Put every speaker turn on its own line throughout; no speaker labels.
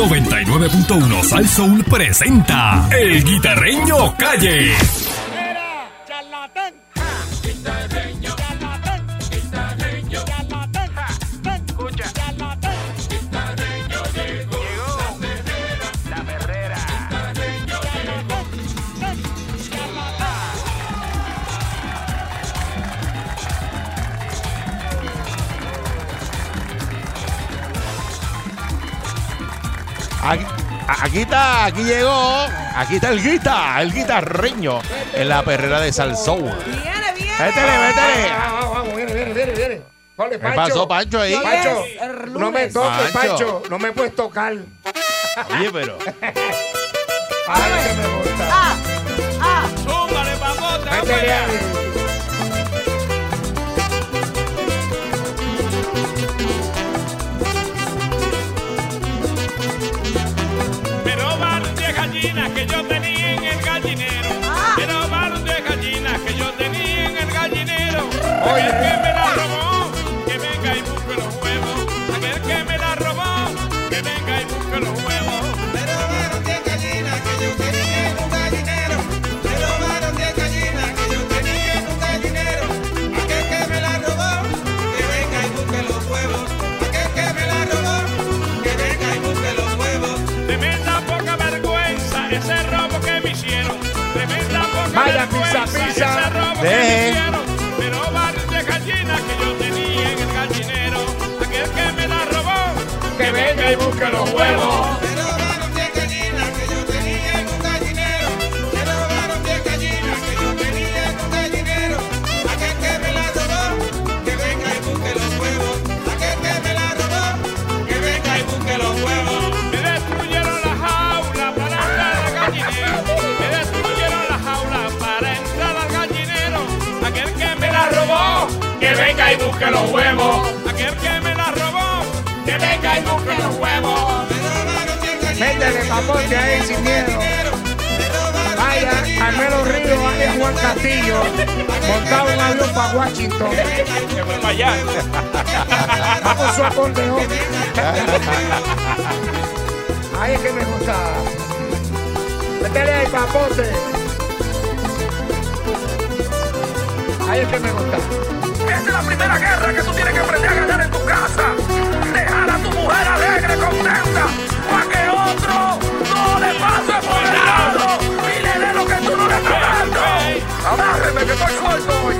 99.1 Salsoul presenta El Guitarreño Calle.
Era charlatán. Guitarreño. Charlatán. Guitarreño. Charlatán. Escucha. Charlatán. Guitarreño llegó. La perrera. La perrera. Charlatán. Charlatán.
Aquí, aquí está, aquí llegó. Aquí está el guita, el guitarreño en la perrera de Salsou.
Viene, viene.
Ah,
Métele, métele.
Vamos, vamos, viene, viene, viene, viene.
¿Qué
Ponle, Pancho.
pasó, Pancho, ahí?
No le-
Pancho,
Es el
no me
lunes.
toques,
Pancho.
Pancho. No me puedes tocar.
Oye, pero.
Ahora que me gusta.
Ah, ah.
Métele ahí.
Pero robaron de gallinas que yo tenía en el gallinero. Pero robaron de gallinas que yo tenía en el gallinero. Aquel que me la robó, que venga y busque los huevos. Aquel que me la robó, que venga y busque los huevos. Tremenda poca vergüenza ese robo que me hicieron. Tremenda poca
Vaya,
vergüenza
pisa, pisa.
ese robo que
Deje.
me hicieron. Pero varios de gallinas que yo tenía en el gallinero. Aquel que me la robó, que venga y busque los huevos. Me destruyeron la jaula para entrar al gallinero. Me destruyeron la jaula para entrar al gallinero. Aquel que me la robó, que venga y busque los huevos. Aquel que me la robó, que venga y busque los huevos.
Métele, papote ahí sin miedo. Vaya, Carmelo Río, vaya Juan Castillo. Montaba un avión para Washington.
Que fue para allá.
Va con su acordeón. Ahí es que me gusta. Métele ahí, papote. Ahí es que me gusta.
Esta es la primera guerra que tú tienes que aprender a ganar en tu casa. Dejar a tu mujer alegre, contenta, para que otro no le pase por el lado y le dé lo que tú no le estás dando. Amárreme que estoy suelto hoy.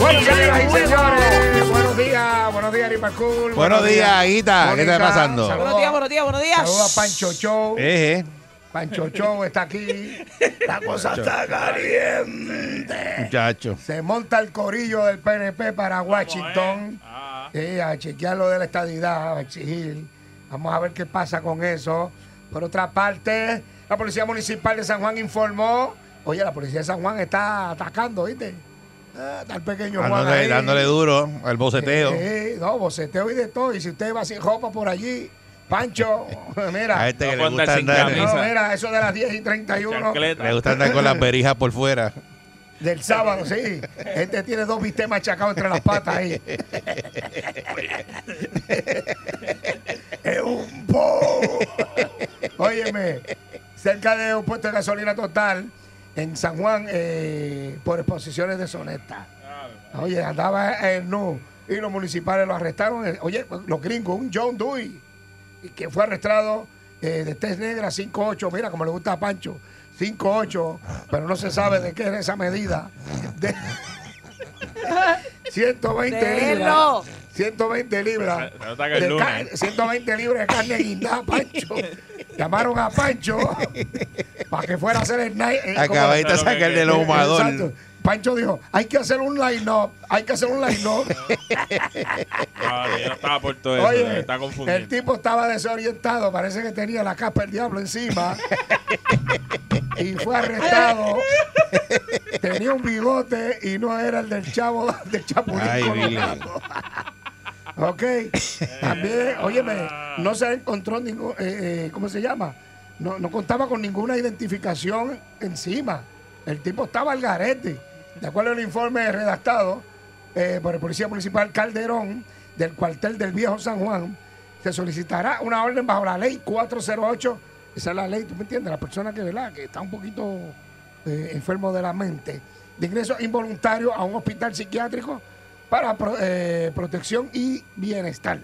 Buenos días, señores. Buenos días, buenos días, Ripacul. Buenos,
días, Guita. ¿Qué está
Mónica,
pasando?
saludos
Buenos días, buenos días, buenos días.
Saludos a Pancho Show.
Eh, eh.
Pancho Show está aquí. La cosa está caliente.
eh, Muchacho.
Se monta el corillo del PNP para Washington. Sí, a chequear lo de la estadidad, a exigir. Vamos a ver qué pasa con eso. Por otra parte, la Policía Municipal de San Juan informó. Oye, la Policía de San Juan está atacando, ¿viste? Ah, está el pequeño Juan.
Dándole,
ahí.
dándole duro al boceteo.
Sí, no, boceteo y de todo. Y si usted va sin ropa por allí, Pancho,
A
mira.
este que le
No puedo
gusta
andar sin
andar.
camisa.
No, mira, eso de las 10 y 31
Le gusta andar con las berijas por fuera.
del sábado, sí. Este tiene dos bistecs machacados entre las patas ahí. es un po. Óyeme, cerca de un puesto de gasolina total en San Juan eh, por exposiciones deshonestas. Oye, andaba en nu y los municipales lo arrestaron. Eh, Oye, los gringos, un John Dewey y que fue arrestado eh, de tez negra 5'8, mira como le gusta a Pancho, 5'8, pero no se sabe de qué es esa medida. De- 120
Déjelo.
libras. 120 libras.
Se- se nota que es
de
lunes.
ca- 120 libras de carne guindada, Pancho. Llamaron a Pancho para que fuera a hacer el night. eh, como-
Acabadita de
Pero que-
sacar del
eh,
ahumador.
exacto. Pancho dijo, hay que hacer un line up, hay que hacer un line up.
yo no estaba por todo
Oye, el tipo estaba desorientado, parece que tenía la capa del diablo encima. y fue arrestado Tenía un bigote y no era el del chavo del chapulín
Ay,
Colorado. ok. También, óyeme, no se encontró ningún, eh, eh, ¿cómo se llama? No, no contaba con ninguna identificación encima. El tipo estaba al garete. De acuerdo al informe redactado eh, por el policía municipal Calderón del cuartel del Viejo San Juan, se solicitará una orden bajo la ley 408. Esa es la ley, ¿tú me entiendes? La persona que, ¿verdad? que está un poquito eh, enfermo de la mente, de ingreso involuntario a un hospital psiquiátrico para pro- eh, protección y bienestar.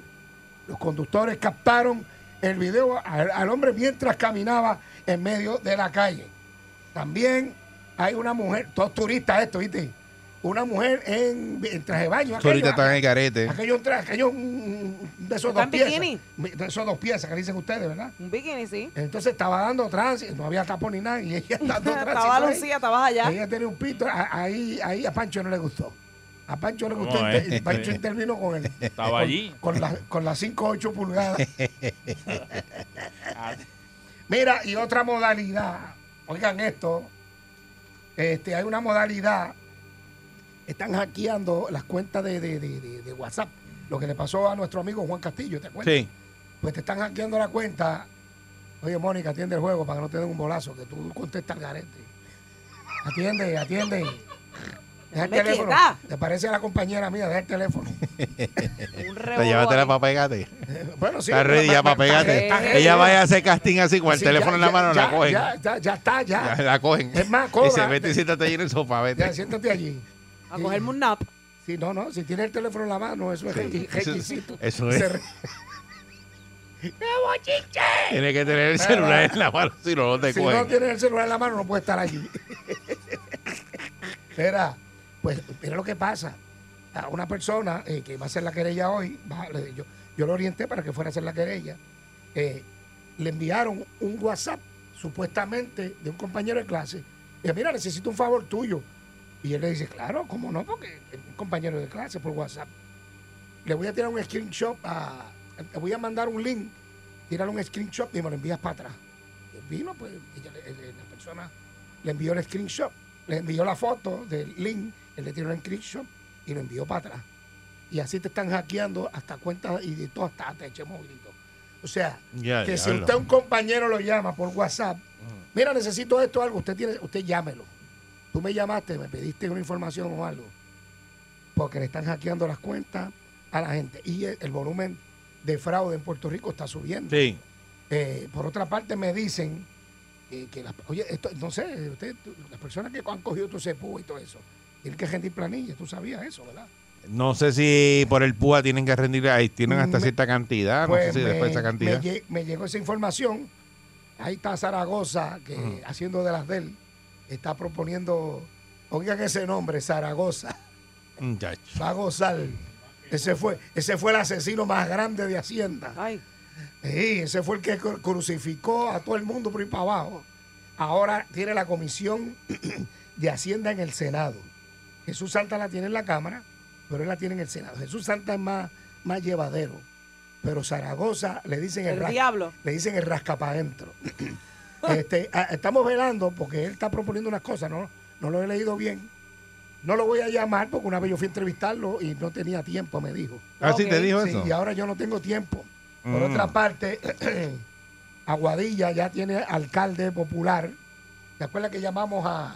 Los conductores captaron el video al, al hombre mientras caminaba en medio de la calle. También hay una mujer, todos turistas esto, ¿viste? Una mujer en, en traje de baño. aquello,
Ahorita están en el carete.
Aquello un traje, aquello un- un- de esos
¿Está en
dos piezas.
bikini?
De esos dos piezas que dicen ustedes, ¿verdad?
Un bikini, sí.
Entonces estaba dando tránsito, no había tapón ni nada, y ella dando tránsito.
Estaba
ahí.
Lucía, estabas allá.
Ella tenía un pito, a- ahí, ahí a Pancho no le gustó. A Pancho le
¿Cómo
gustó,
es?
inter- Pancho intervino con él.
Estaba allí.
Con, la- con las 5 8 pulgadas. Mira, y otra modalidad. Oigan esto. Este, hay una modalidad. Están hackeando las cuentas de, de- de- de- de WhatsApp. Lo que le pasó a nuestro amigo Juan Castillo, ¿te acuerdas?
Sí.
Pues te están hackeando la cuenta. Oye, Mónica, atiende el juego para que no te den un bolazo, que tú contestas al garete. Atiende, atiende. Deja el
Dame
teléfono.
quieta.
Te parece a la compañera mía, deja el teléfono.
Un
Te llévatela
rebote.
para pegarte.
Bueno, sí.
Está ready ya para pegarte.
está ready.
Ella vaya a hacer casting así con el teléfono en la mano, la cogen.
Ya, ya, ya está, ya.
Ya La cogen.
Ah. Es más,
Y se
cobra.
vete y siéntate ahí en el sofá,
Ya,
vete.
siéntate allí.
A cogerme un nap.
Si no, no, si tiene el teléfono en la mano, eso es requi-
Eso-
requisito.
eso es.
Se re-
Tiene que tener el celular en la mano, si no, no te
si no
cogen.
tiene el celular en la mano, no puede estar allí. Mira, pues mira lo que pasa. A una persona eh, que va a hacer la querella hoy, va- le- yo, yo lo orienté para que fuera a hacer la querella, eh, le enviaron un WhatsApp supuestamente de un compañero de clase. Y mira, necesito un favor tuyo. Y él le dice, claro, ¿cómo no? Porque es un compañero de clase por WhatsApp. Le voy a tirar un screenshot, a, le voy a mandar un link, tirar un screenshot y me lo envías para atrás vino, pues ella le- le- la persona le envió el screenshot, le envió la foto del link, él le tiró el screenshot y lo envió para atrás. Y así te están hackeando hasta cuentas y de todo, hasta te echemos gritos. O sea,
Ya, Mm.
que si
diablo.
usted a un compañero lo llama por WhatsApp, mira, necesito esto, algo, usted tiene, usted llámelo. Tú me llamaste, me pediste una información o algo. Porque le están hackeando las cuentas a la gente. Y el, el volumen de fraude en Puerto Rico está subiendo.
Sí.
Eh, por otra parte, me dicen eh, que las, oye, esto, no sé, usted, tú- las personas que han cogido tu CEPU y todo eso, tienen que rendir planillas, tú sabías eso, ¿verdad?
No sé si por el PUA tienen que rendir, ahí tienen hasta
Me- pues
cierta cantidad, Ah, no sé si después de esa cantidad.
me lle- me llegó esa información. Ahí está Zaragoza, que haciendo de las de él, está proponiendo, oigan ese nombre, Zaragoza,
Muchacho.
va a gozar. Ese fue, ese fue el asesino más grande de Hacienda.
Ay,
Sí, ese fue el que cru- crucificó a todo el mundo por ir para abajo. Ahora tiene la comisión de Hacienda en el Senado. Jesús Santa la tiene en la Cámara, pero él la tiene en el Senado. Jesús Santa es más, más llevadero. Pero Zaragoza le dicen el,
el
ras-
diablo.
le dicen el rasca para adentro. Este, a- estamos velando porque él está proponiendo unas cosas, no, no lo he leído bien. No lo voy a llamar porque una vez yo fui a entrevistarlo y no tenía tiempo, me dijo.
Ah, sí,
Ok,
te dijo
Sí,
eso.
y ahora yo no tengo tiempo. Por
Mm.
otra parte, Aguadilla ya tiene alcalde popular. ¿Te acuerdas que llamamos a,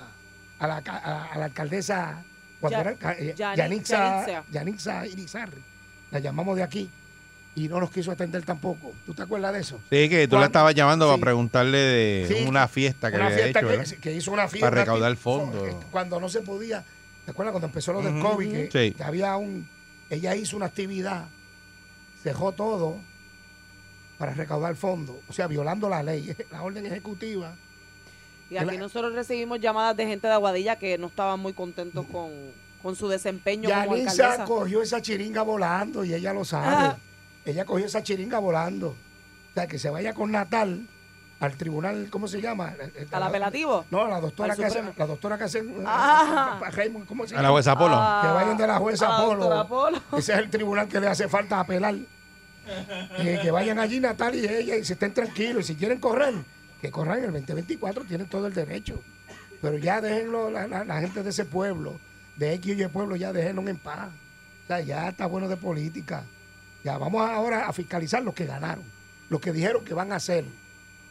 a la, ca- a- a la alcaldesa cuando
Ya-
era ca- eh,
Yani-
Yanixa,
Yanitza.
Yanixa Irizarry? La llamamos de aquí y no nos quiso atender tampoco. ¿Tú te acuerdas de eso?
Sí, que tú
Juan-
la estabas llamando
sí.
para preguntarle de
Sí.
una fiesta que
Una
había
fiesta
hecho,
que-
¿verdad?
que, hizo una fiesta.
Para recaudar
aquí,
fondos.
fo- Cuando no se podía. ¿Te acuerdas cuando empezó lo del COVID? Que,
Sí.
que había un. Ella hizo una actividad, dejó todo para recaudar fondos. O sea, violando la ley, la orden ejecutiva.
Y aquí nosotros recibimos llamadas de gente de Aguadilla que no estaban muy contentos con, con su desempeño como
Yanisa
alcaldesa.
cogió esa chiringa volando y ella lo sabe.
Ah.
Ella cogió esa chiringa volando. O sea, que se vaya con Natal al tribunal, ¿cómo se llama?
¿Al apelativo?
No, la doctora
Al
que hace,
Supremo.
la doctora que hace eh,
Ah.
Raymond, ¿cómo se
A
llama?
la jueza Polo.
Ah,
Que vayan de la jueza
Ah,
Polo.
doctora Polo.
Ese es el tribunal que le hace falta apelar. Eh, que vayan allí Natal y ella y se estén tranquilos. Y si quieren correr, que corran el 2024, tienen todo el derecho. Pero ya déjenlo, la, la- la gente de ese pueblo, de X y Y pueblo, ya déjenlo en paz. O sea, ya está bueno de política. Ya vamos ahora a fiscalizar los que ganaron, los que dijeron que van a hacer,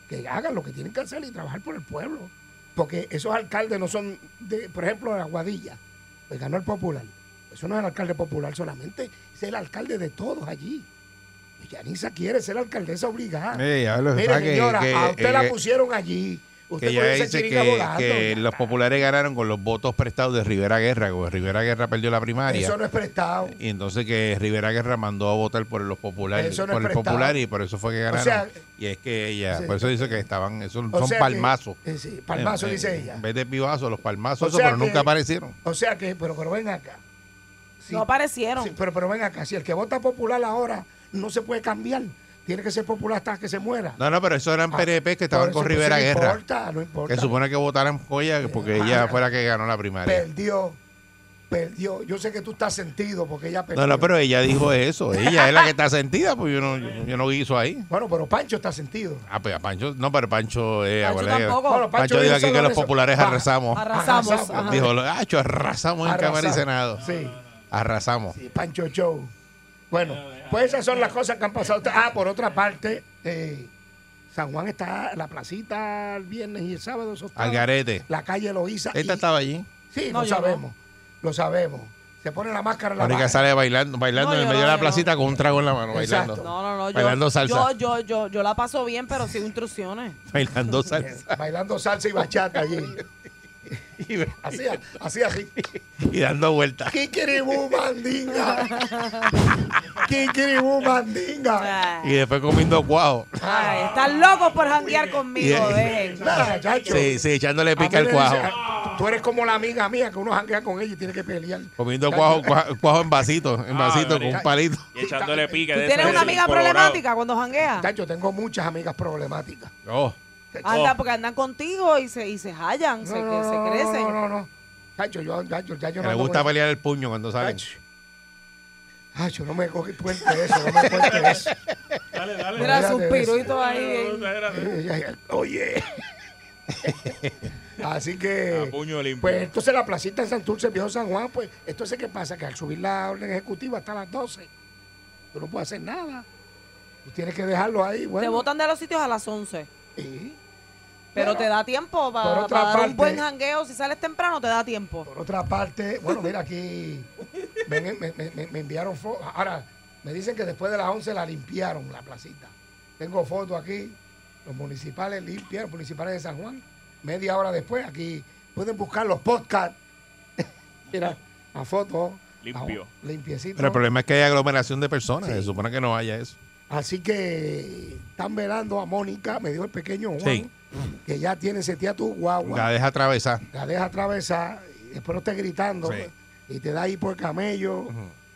que hagan lo que tienen que hacer y trabajar por el pueblo. Porque esos alcaldes no son, de, por ejemplo, de Aguadilla, pues ganó el popular. Eso no es el alcalde popular solamente, es el alcalde de todos allí. Pues Y Yanisa quiere ser alcaldesa obligada.
Ey, ya lo-
Mire,
sabe pues, que-
señora,
que-
a usted la
eh,
pusieron allí. Usted
Que ya
cogió esa
dice
chiringa
que,
volando,
que
ya
los
está.
populares ganaron con los votos prestados de Rivera Guerra, porque Rivera Guerra perdió la primaria.
Eso no es prestado.
Y entonces que Rivera Guerra mandó a votar por los populares,
Eso no es
por el
prestado.
popular y por eso fue que ganaron.
sea-
y es que ella,
Sí.
por eso dice que estaban, esos
O
son
sea que-
palmazos.
eh, sí, palmazos,
Eh,
dice
eh,
ella.
En vez de pibazos, los palmazos,
O
eso,
sea
pero
que-
nunca aparecieron.
O sea que, pero, pero ven acá. Sí,
No aparecieron.
sí, pero, pero ven acá. Si el que vota popular ahora no se puede cambiar, tiene que ser popular hasta que se muera.
No, no, pero esos eran
Ah,
PNP que estaban
por eso,
con
pues,
Rivera
sí, no
Guerra.
importa, no importa.
Que supone que votaran por ella porque ella
ah,
fue la que ganó la primaria.
Perdió, perdió. Yo sé que tú estás sentido porque ella perdió.
No, no, pero ella dijo eso. Ella es la que está sentida, pues yo no, yo, yo no guiso ahí.
Bueno, pero Pancho está sentido.
Ah, pues a Pancho, no, pero Pancho, eh,
Pancho
abuela,
tampoco.
Bueno,
Pancho, dijo aquí
solo
que los
eso.
populares
Va,
arrasamos.
Arrasamos.
Arrasamos.
ajá.
Pues Dijo, lo- "Acho, arrasamos en Cámara y
arrasamos.
Senado.
Sí.
Arrasamos.
Sí, Pancho Show. Bueno, pues esas son las cosas que han pasado. Ah, por otra parte, eh, San Juan está la placita el viernes y el sábado. eso estaba.
Al garete.
La calle Loíza.
Esta
y-
estaba allí.
Sí,
No,
lo
yo no.
sabemos. Lo sabemos. Se pone la máscara en la
Mónica
baja.
sale bailando, bailando
No,
en el
yo
medio de
no,
la
yo
placita con un trago en la mano,
Exacto.
bailando.
No, no, no. Yo,
Bailando salsa.
Yo, yo, yo, yo la paso bien, pero sin instrucciones.
Bailando salsa.
Bailando salsa y bachata allí.
Y,
Así, así, así.
y dando vueltas.
Kikiribú mandinga. Kikiribú mandinga.
Y
Ay,
después comiendo cuajo.
ay, están locos por janguear
Y-
conmigo,
y-
dejen.
Nada, chacho.
Sí, sí, echándole
A mí
pica al
me
cuajo.
dice, "Ah, Tú eres como la amiga mía que uno janguea con ella y tiene que pelear.
Comiendo cuajo, cuajo, cuajo en vasito, en
Ah,
vasito con
María.
un palito.
Y echándole pica.
¿Tú
de
tienes
eso,
una
de
amiga
colorado.
problemática cuando janguea?
Chacho, tengo muchas amigas problemáticas.
Oh,
Anda, porque andan contigo y se, y se hallan, se, que se crecen.
No, no, no. Chacho, yo, chacho, ya yo
Oh, que le
ando
gusta
con-
pelear el puño cuando salen.
Chacho. Chacho, no me coge cuente eso, no me cuente eso.
Dale, dale.
Mira,
Olvídate de
suspiro y
eso.
todo ahí.
dale,
eh.
dale, dale.
Eh, ya, ya. Oye. Así que.
A
Ah,
puño limpio.
Pues entonces la placita de Santurce, el viejo San Juan, pues entonces ¿qué pasa? Que al subir la orden ejecutiva hasta las 12, tú no puedes hacer nada. Tú tienes que dejarlo ahí.
Te
Bueno,
botan de los sitios a las 11.
Sí.
Pero
Bueno,
te da tiempo
por
para,
otra
para dar un
parte-
buen jangueo. Si sales temprano, te da tiempo.
Por otra parte, bueno, mira aquí, ven, me, me- me- me enviaron fotos. Ahora, me dicen que después de las 11 la limpiaron la placita. Tengo fotos aquí, los municipales limpiaron, municipales de San Juan. Media hora después, aquí pueden buscar los podcasts. mira, la foto.
Limpio.
ah, Limpiecito.
Pero el problema es que hay aglomeración de personas.
Sí.
Se supone que no haya eso.
Así que están velando a Mónica, me dijo el pequeño Juan,
Sí.
que ya tiene seteado tu
La
guagua,
deja atravesar.
la deja atravesar, y después no te gritando pues,
Sí.
y te da ahí por camello.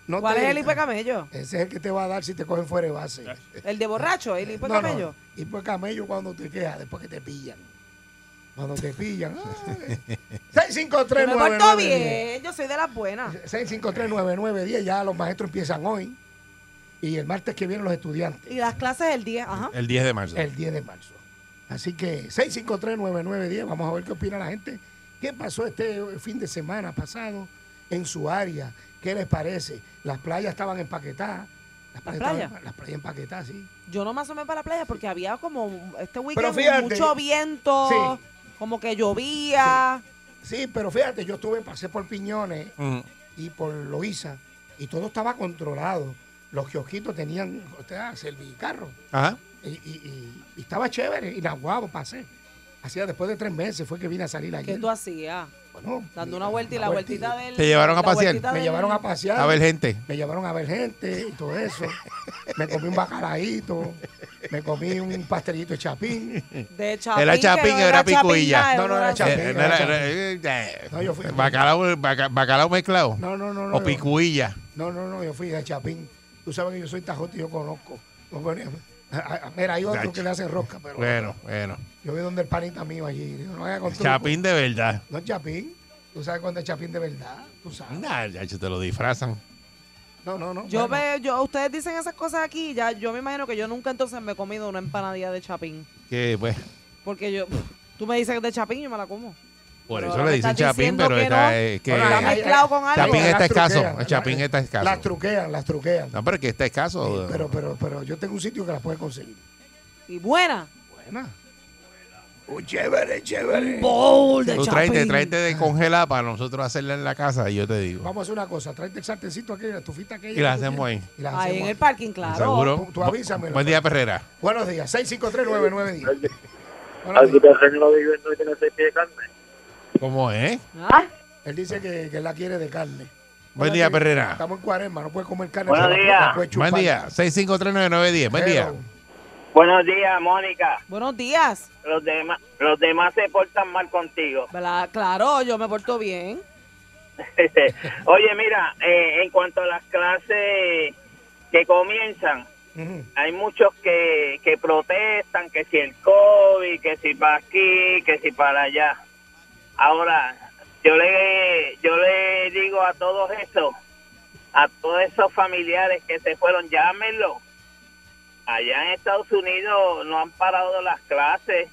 No
¿Cuál
te
es el
grita.
hipercamello?
Ese es el que te va a dar si te cogen fuera de base. Eh,
¿El de borracho? ¿El
No, no,
hipercamello?
hipocamello cuando te quejas, después que te pillan. Cuando te pillan. ay. 653
Me he portado bien. Yo soy de las buenas.
6539910, ya los maestros empiezan hoy. Y el martes que vienen los estudiantes.
Y las clases el 10. Ajá.
El 10 de marzo.
el 10 de marzo. Así que 6539910, vamos a ver qué opina la gente. ¿Qué pasó este fin de semana pasado en su área? ¿Qué les parece? Las playas estaban empaquetadas. Las playas,
playas?
estaban- las playas empaquetadas, sí.
Yo no me asomé para la playa porque había como un- este weekend
fíjate.
mucho viento.
Sí.
Como que llovía.
Sí, pero fíjate, yo estuve, pasé por Piñones
Mm.
y por Loíza y todo estaba controlado. Los kiosquitos tenían, o sea, servicarro.
Ajá.
Y, y- y- y estaba chévere, y la guabo pasé. Hacía después de tres meses fue que vine a salir
¿Qué
ayer.
tú hacías?
Bueno,
Dando
mi-
una vuelta y la vueltita del.
¿Te llevaron a
la
pasear?
vueltita
Me
del-
llevaron a pasear.
A ver, gente.
Me llevaron a ver gente y todo eso. me comí un bacalaíto. Me comí un pastelito de chapín.
De Chapín.
Era
que no
Chapín, era Picuilla.
Chapín,
No, no, era Chapín.
Eh, no era-
Chapín.
eh, eh,
No, yo fui-
Bacalao, baca- bacalao mezclado.
No, no, no. no
O picuilla.
No, no, no, yo fui de chapín. Tú sabes que yo soy tajote y yo conozco. Los buenos- a- a- a- Mira, hay otro que le hacen rosca, pero
Bueno, bueno.
yo vi donde el panita mío allí. Digo, no vaya con truco.
Chapín de verdad.
No es chapín. Tú sabes cuándo es chapín de verdad. Tú sabes.
Nah, ya te lo disfrazan.
No, no, no.
Yo
bueno.
ve, yo, ustedes dicen esas cosas aquí, ya, yo me imagino que yo nunca entonces me he comido una empanadilla de chapín.
Que pues.
Porque yo, tú me dices que es de chapín, yo me la como.
Por
Pero
eso
ahora
le
me
dicen
estás
Chapín,
diciendo
pero
que
está,
no.
eh, que-
Ahora,
Está
hay-
mezclado con algo.
Chapín
Las
está escaso,
truquean,
el Chapín está escaso.
Las truquean, las truquean.
No, pero que está escaso.
Pero, pero, pero yo tengo un sitio que las puedes conseguir.
Y buena.
Buena.
Un chévere, chévere.
Bowl de
Tú tráete, tráete de congelar para nosotros hacerla en la casa y yo te digo.
Vamos a hacer una cosa, tráete el sartencito aquí, la estufita aquella.
Y la
que tú
hacemos
tienes,
ahí.
y la
Ahí en
hacemos
el parking, claro.
Seguro.
Tú- tú avísame.
Buen día, Perrera.
Buenos días, 653-9910. Buenos
Al
días.
terreno de invierno y tiene seis pies de carne.
¿Cómo es?
Ah,
Él dice que, que él la quiere de carne.
Buen
Hola,
día,
que-
Perrera.
Estamos en cuaresma, no puedes comer carne.
Buenos
pero
días.
tampoco puedes chupar.
Buen día. 6539910. Buen día.
Hello.
Buenos días, Mónica.
buenos días.
Los demás, los demás se portan mal contigo.
Bla- Claro, yo me porto bien.
Oye, mira, eh, en cuanto a las clases que comienzan,
Ujú.
hay muchos que, que protestan, que si el COVID, que si para aquí, que si para allá. Ahora, yo le, yo le digo a todos esos, a todos esos familiares que se fueron, llámenlo. Allá en Estados Unidos no han parado las clases.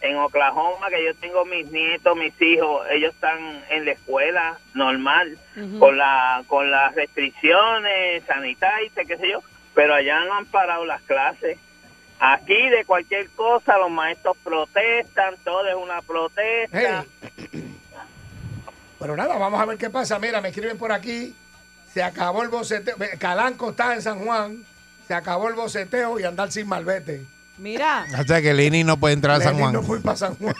En Oklahoma, que yo tengo mis nietos, mis hijos, ellos están en la escuela normal,
Ujú.
con, la, con las restricciones sanitarias, qué sé yo, pero allá no han parado las clases. Aquí de cualquier cosa los maestros protestan, todo es una protesta.
Hey. Pero nada, vamos a ver qué pasa. Mira, me escriben por aquí. Se acabó el boceteo. Ve, Calanco está en San Juan. Se acabó el boceteo y andar sin malvete.
Mira,
O sea que Lini no puede entrar a San
Lenin
Juan.
No fui para San Juan.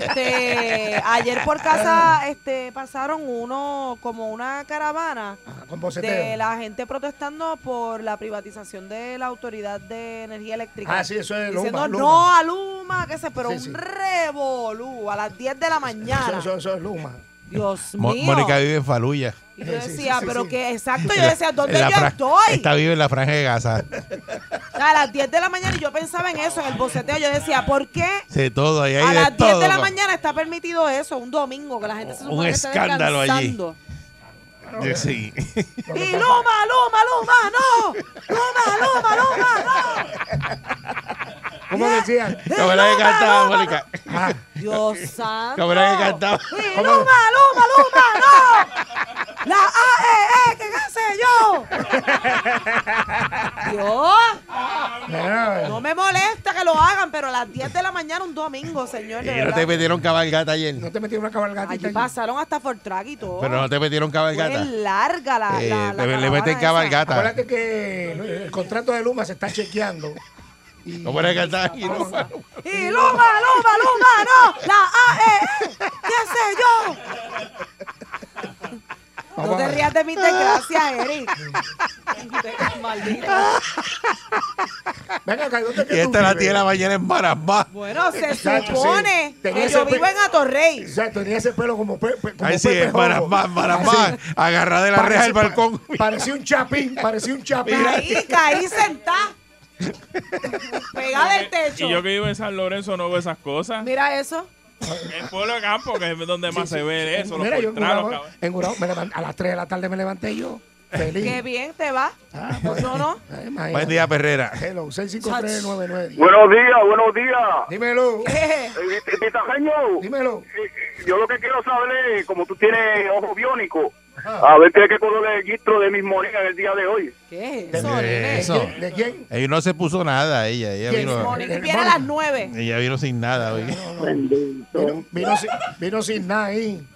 este, ayer por casa este, pasaron uno, como una caravana
Ajá, Con boceteo.
de la gente protestando por la privatización de la Autoridad de Energía Eléctrica.
Ah, sí, eso es Luma,
Diciendo
Luma.
no a Luma, que se, pero
Sí,
un
sí.
revolú a las 10 de la
Eso,
mañana.
eso- eso es Luma.
Dios
Mo-
mío.
Mónica vive en Faluya.
Y yo
Sí, sí,
decía,
sí,
pero
sí.
que exacto, yo decía, ¿dónde yo estoy?
Está vive en la franja de Gaza.
A las 10 de la mañana y yo pensaba en eso, en el boceteo. Yo decía, ¿por qué
De todo, ahí hay
a
de
las 10
todo.
de la
pa-
mañana está permitido eso? Un domingo, que la gente se
Un
supone que está
escándalo allí.
descansando.
Sí.
Y Luma, Luma, Luma, no. Luma, Luma, Luma,
¿Cómo
Ah.
decían?
no.
¿Cómo era que
Luma,
cantaba,
Luma.
Mónica?
Ah,
Dios santo.
¿Cómo era que cantaba?
Y Luma, Luma, Luma, no. La E AEE, que qué sé yo. Dios,
mira,
no me molesta que lo hagan, pero a las 10 de la mañana un domingo, señor.
Ah, Y
de
no te
verdad.
metieron cabalgata ayer.
no te metí una
Allí
cabalgatita. allí?
pasaron hasta Fortrack y todo.
Pero no te metieron cabalgata.
Fue larga la, la-
Eh,
la
le- le
caravana
meten
esa.
cabalgata.
Acuérdate que el contrato de Luma se está chequeando. Y
¿Cómo era que cantaba? Y no-
Y Luma, Luma, Luma, no, la E, AE, qué sé yo. No
Vamos a
te
ver.
rías de mis desgracias, Eric. Maldita.
Venga, acá, ¿dónde es que
Y
tú
esta la
vives?
tiene la mañana en Marambá.
Bueno, se
Chacho,
supone
sí. Tenía
que yo
ese pe-
vivo en Atorrey.
Exacto, tenía ese pelo como, pe, pe- como
Ahí sí,
Pepe
en
Jobo.
Marambá, en Marambá.
Así.
Agarrada de la reja del
Parece-
balcón.
pa- Parecía un chapín, parecía un chapín.
Caí, caí sentada. Pegada del techo.
Y yo que vivo en San Lorenzo no veo esas cosas.
Mira eso.
En Pueblo de Campo, que es donde más se ve eso, los
Mira, yo en
contratos,
Gurabo-
cabrón.
en Gurabo me levan- a las 3 de la tarde me levanté yo, feliz.
Qué bien te va.
Ah, pues,
No, no.
eh, imagínate.
Buen día, pues. Perrera.
Hello, 6539910.
Buenos días, buenos días.
Dímelo,
Pitajeño,
dímelo.
yo lo que quiero saber es, como tú tienes ojo biónico,
Ah.
a ver qué, qué color es el gistro de mis morenas el día de hoy.
¿Qué es
¿De,
eso, nene?
Eso.
quién- de quién?
Ella no se puso nada, ella. Ella
¿Quién?
vino,
Mónica
El
viene a
hermano.
las 9.
ella vino sin nada. oye.
Vino, vino sin, vino sin nada ahí.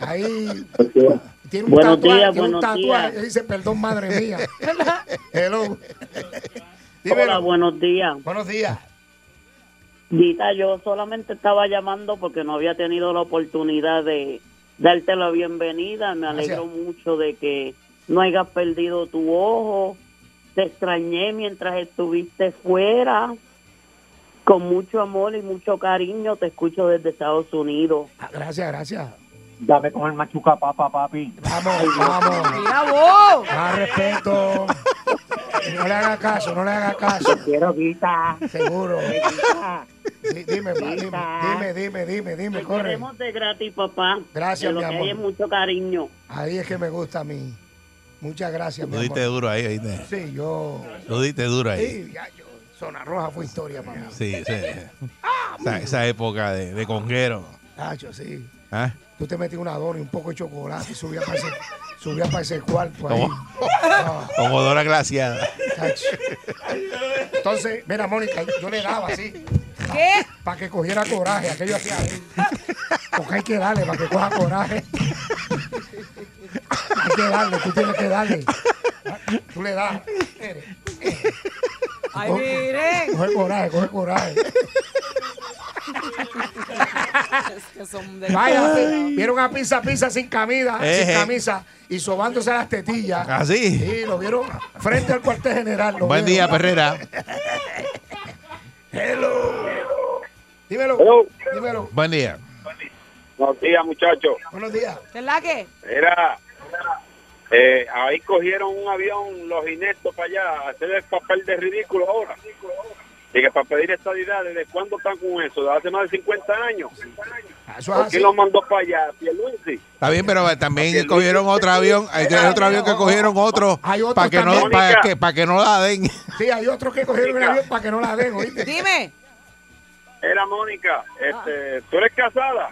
Ahí tiene un
Buenos
tatuaje,
días,
tiene un
buenos
tatuaje.
días.
Dice, perdón, madre mía. Hello. Dímelo.
buenos días.
Buenos días.
Dita, yo solamente estaba llamando porque no había tenido la oportunidad de darte la bienvenida. Me
Gracias.
alegro mucho de que no hayas perdido tu ojo. Te extrañé mientras estuviste fuera. Con mucho amor y mucho cariño te escucho desde Estados Unidos.
Ah, Gracias, gracias.
Dame con el machuca papa, papi.
Vamos, vamos.
Mira vos.
Más respeto. No le haga caso, no le haga caso.
Quiero, Dita.
Seguro. Di- Dime, pa, dime, dime, dime, dime, dime, corre.
de gratis, papá.
Gracias, De lo mi que hay amor. es
mucho cariño.
Ahí es que me gusta a mí. Muchas gracias,
Tú
mi
diste
amor.
duro ahí, ¿oíste?
Sí, yo.
Tú diste duro ahí.
Sí, ya yo. Zona Roja fue historia para mí.
Sí, sí. Esa, esa época de, de conguero.
Hacho, sí.
¿Ah?
Tú te metías una dona y un poco de chocolate y subías para ese, subías para ese cuarto ahí.
¿Cómo? Como Dora Glaciada.
Tacho. Entonces, mira, Mónica, yo le daba así,
¿Qué?
para que cogiera coraje, aquello hacía. ahí. Porque hay que darle para que coja coraje. Hay que darle, tú tienes que darle. Tú le das. Oh.
Ay, miren.
Coge coraje, coge coraje.
Es que son de...
Váyate. Vieron a pizza, pizza sin camisa,
Eje. Ah,
sin camisa y sobándose las tetillas.
Así.
Sí, lo vieron frente al cuartel general. lo
Buen día,
vieron.
Perrera.
Dímelo.
Hello.
Dímelo.
Buen día.
Buenos días, muchachos.
Buenos días.
¿Verdad que?
Era, eh, ahí cogieron un avión los inertos para allá a hacer el papel de ridículo ahora. Y que para pedir estadidad, ¿desde cuándo están con eso? ¿Desde hace más de 50 años?
Eso es
¿Por
así.
quién los mandó para allá? Pierluisi.
Está bien, pero también cogieron otro avión. Hay otro avión que cogieron otro.
Hay otro
Para que, no,
también.
para que, para que no la den.
Sí, hay otros que cogieron el avión para que no la den, ¿oíste?
Dime.
Era Mónica,
Ah.
este, ¿tú eres casada?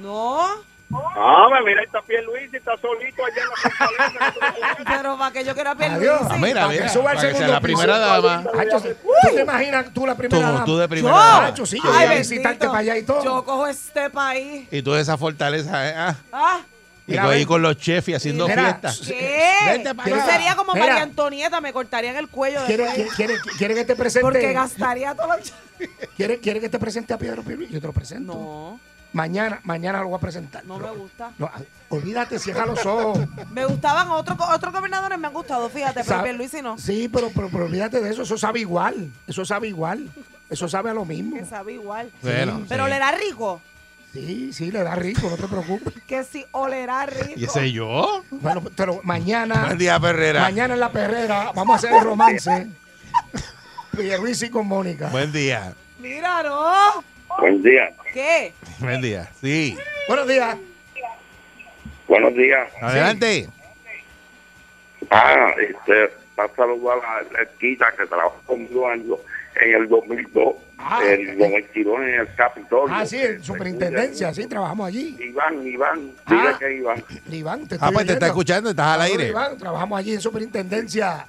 No.
Ah, me mira, ahí está Pierluisi, está solito allá en la fortaleza.
Pero para que yo quiera perder.
Adiós.
Ah, mira,
Para que
mira.
suba al
Para que sea
segundo
la primera
piso.
dama.
Hacho, ¿Tú te imaginas tú la primera
Tú-
dama?
tú de primera
Yo.
dama.
Hacho, sí, yo voy a visitarte para allá y
Yo
todo.
cojo este país.
Y toda esa fortaleza. ¿eh? Ah,
Ah,
y
Mira,
tú ahí
ven.
con los chefs y haciendo
Mira,
fiestas.
¿qué?
Vente para
Yo
acá.
sería como
Mira.
María Antonieta, me cortarían el cuello
¿Quiere,
después,
quiere, quiere, quiere que te presente?
porque gastaría todo lo
¿Quiere, quiere que te presente a Pedro Pirri? Yo te lo presento.
No,
Mañana, mañana lo voy a presentar.
no me gusta.
No, ah, olvídate, cierra los ojos.
Me gustaban otros otros gobernadores, me han gustado, fíjate, pero
Sabe-
Pierluisi no.
Sí, pero, pero, pero olvídate de eso. Eso sabe igual. Eso sabe igual. Eso sabe a lo mismo.
Que sabe igual.
Bueno,
Pero
sí.
olerá rico.
Sí, sí, le da rico, no te preocupes.
Que sí, olerá rico.
¿Y ese yo?
Bueno, pero mañana,
Buen día, Perrera.
mañana en la perrera, vamos a hacer el romance. Pierluisi con Mónica.
Buen día.
Mira, no.
Buen día,
¿Qué?
Buen día. Sí.
Buenos días.
buenos días.
Adelante.
Ah, este, para saludar a la esquina que trabajó conmigo años en el 2002,
Ah.
el 92 en el Capitolio.
Ah, sí, en superintendencia, sí, trabajamos allí.
Iván, Iván,
Ah.
dile que Iván.
Iván, te estoy
Ah, pues te está
oyendo.
escuchando, estás al
Saludos,
aire.
Iván, trabajamos allí en superintendencia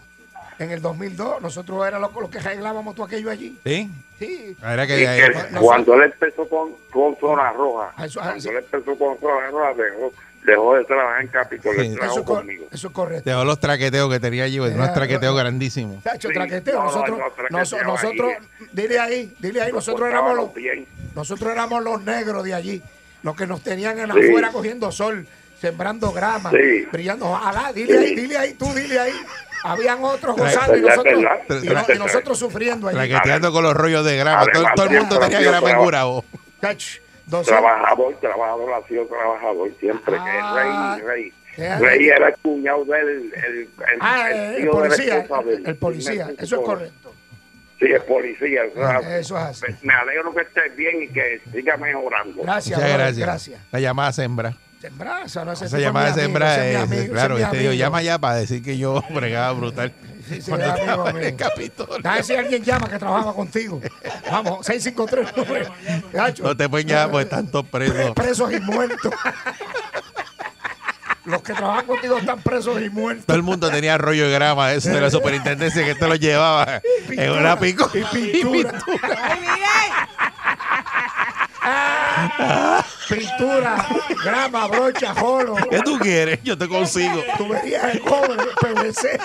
en el 2002. Nosotros éramos los, los que arreglábamos todo aquello allí.
Sí.
Sí.
Ahora
Y
Ah, que
que
ya-
eh, no, no,
cuando él empezó con, con Zona Roja,
Ah, eso- ah,
cuando
sí.
él empezó con Zona Roja, dejó, dejó de trabajar en Capitolio,
Sí.
él
Eso,
trabajó
es cor-
conmigo.
eso es correcto.
dejó los traqueteos que tenía allí, unos
Era-
traqueteos grandísimos.
Tacho,
Sí,
traqueteo.
no, no,
nosotros,
no, traqueteo
noso-
ahí.
nosotros, dile ahí, dile ahí, nosotros éramos
Portábamos
los,
Pues bien.
nosotros éramos los negros de allí, los que nos tenían en
Sí.
afuera cogiendo sol, sembrando grama,
Sí.
brillando. Ojalá, dile
Sí.
ahí, dile ahí, tú dile ahí. Habían otros gozando y
verdad,
nosotros,
verdad.
y no- y
Tra-
nosotros sufriendo allí.
Traqueteando con los rollos de grama.
Además,
Todo, todo el mundo
siempre
tenía
ha sido
grama en
traba-
Gurabo.
Tacho, entonces-
Trabajador, trabajador, ha sido trabajador siempre,
Ah.
que es rey,
Eh,
rey. Rey era el cuñado de él, el, el, el-
Ah,
el
eh, el,
tío de la
policía,
esposa de él.
el, policía,
Sí, me-
eso es correcto. Ah,
Sí, el policía. o sea,
Eso es así.
me- Me alegro que estés bien y que siga mejorando.
Gracias,
Muchas
brother,
gracias.
gracias.
La llamada sembra.
Sembraza, no ese
Esa
tipo
llamada
es mi amigo,
sembra
ese
es,
es mi amigo,
claro,
ese es mi
este dijo,
amigo.
llama ya para decir que yo bregaba brutal.
Sí, sí,
Cuando
es amigo
estaba en
mío.
el Capitolio.
A ver si alguien llama que trabajaba contigo. Vamos, 653. Gacho,
No te pueden llamar porque están todos presos.
presos y muertos. Los que trabajan contigo están presos y muertos.
Todo el mundo tenía rollo de grama de eso de la superintendencia que te lo llevaba en una pico.
Y pintura.
Ay, miren.
Pintura, grama, brocha, jolo,
¿Qué tú quieres? Yo te consigo.
tuberías de cobre, PVC.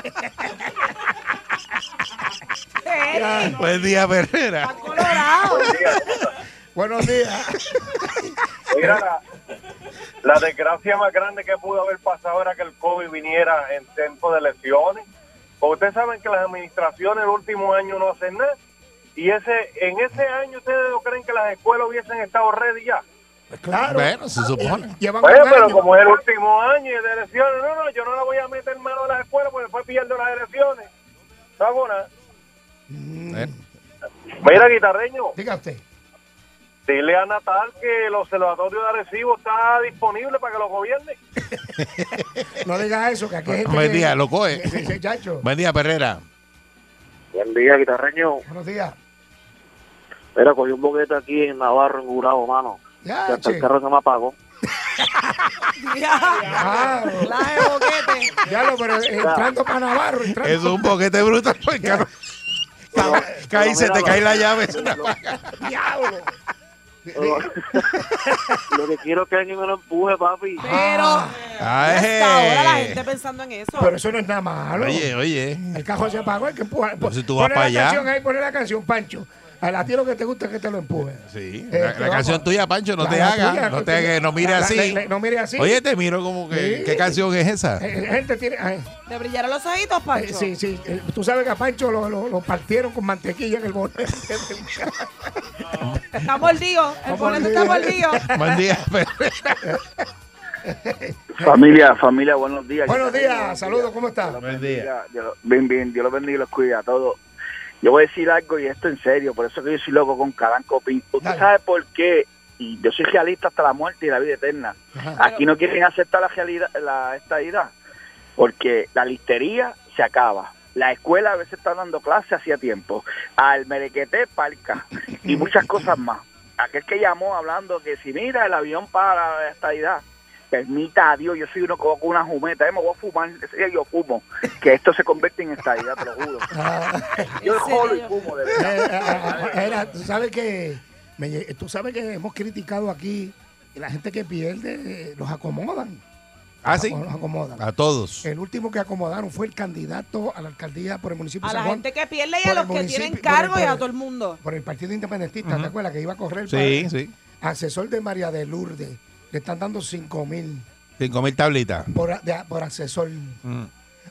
Eh,
Buen día, Herrera.
Colorado.
Buenos días.
Mira, la, la desgracia más grande que pudo haber pasado era que el COVID viniera en tiempo de elecciones. Porque ustedes saben que las administraciones el último año no hacen nada. Y ese en ese año ustedes no creen que las escuelas hubiesen estado ready ya.
Claro.
Bueno, se supone.
Llevan un
Oye, pero
año.
como es el último año y es de elecciones, no, no, yo no la voy a meter mano a las escuelas porque después pierdo las elecciones. No hago nada.
Mm.
Bueno,
Mira, guitarreño,
Diga usted.
dile a Natal que el observatorio de Arecibo está disponible para que lo gobierne.
No diga eso, que aquí hay gente.
Buen
que-
día, lo coge.
Sí, sí, chacho.
Buen día, Herrera.
Buen día, guitarreño.
Buenos días.
Era, cogí un boquete aquí en Navarro, en Gurabo, mano.
Ya,
Que hasta
che.
el carro se me apagó.
Ah,
La de boquete.
ya lo, pero entrando para Navarro, entrando.
Eso es un boquete brutal. porque carro- Caí, se te
míralo.
cae la llave. se te apaga.
Diablo.
Pero- lo que quiero es que alguien me lo empuje, papi.
Pero hasta ahora la gente pensando en eso.
Ah, Pero eso no es nada malo.
eh, Oye, oye.
El cajón se apagó, hay que empujar.
Pero si tú
Ponle
vas para
la
allá.
Canción ahí, poner la canción, Pancho. A la tía lo que te gusta es que te lo empuje.
Sí,
Eh,
la,
que
la
vamos.
canción tuya, Pancho, no
La-
te
la
hagas,
tuya,
no
que-
te hagas, no mire
la- la-
así.
la- no mire así.
Oye, te miro como que,
Sí.
¿qué canción es esa?
Eh, gente tiene. ay,
¿Te brillaron los ojitos,
eh,
Pancho?
sí, sí. eh, tú sabes que a Pancho lo, lo- lo partieron con mantequilla en el bote.
Está mordido. El boleto está mordido.
Buen día, pero-
Familia, familia, buenos días.
Buenos días, saludos, ¿cómo estás?
Buen día.
Mira, Dios lo- bien, bien, Dios los bendiga y los cuida a todos. Yo voy a decir algo y esto en serio, por eso que yo soy loco con Cadán Copín. ¿Usted
Dale.
sabe por qué? Y yo soy realista hasta la muerte y la vida eterna.
Ah,
Aquí no quieren aceptar la realidad, la estadidad, porque la listería se acaba. La escuela a veces está dando clases hacía tiempo. Al merequete parca y muchas cosas más. Aquel que llamó hablando que si mira el avión para la estadidad, permita a Dios, yo soy uno que con una jumeta, eh, me voy a fumar, ese día yo fumo, que esto se convierte en estadidad, te lo juro. Yo
¿En
jolo y
serio?
fumo, de
Ah, Eh,
verdad.
eh, era, tú sabes que me lle- tú sabes que hemos criticado aquí y la gente que pierde eh, los acomodan.
Ah, sí.
Los acomodan.
A todos.
El último que acomodaron fue el candidato a la alcaldía por el municipio
A
de
la
San Juan,
gente que pierde y a
por el
los que tienen
municipio- por el-
cargo y
por
a
el-
todo el mundo.
por el Partido Independentista, ¿te acuerdas? Que iba a correr
Sí,
para-
sí.
asesor de María de Lourdes. Le están dando 5 mil
Cinco mil tablitas.
por, de- por asesor.
Mm.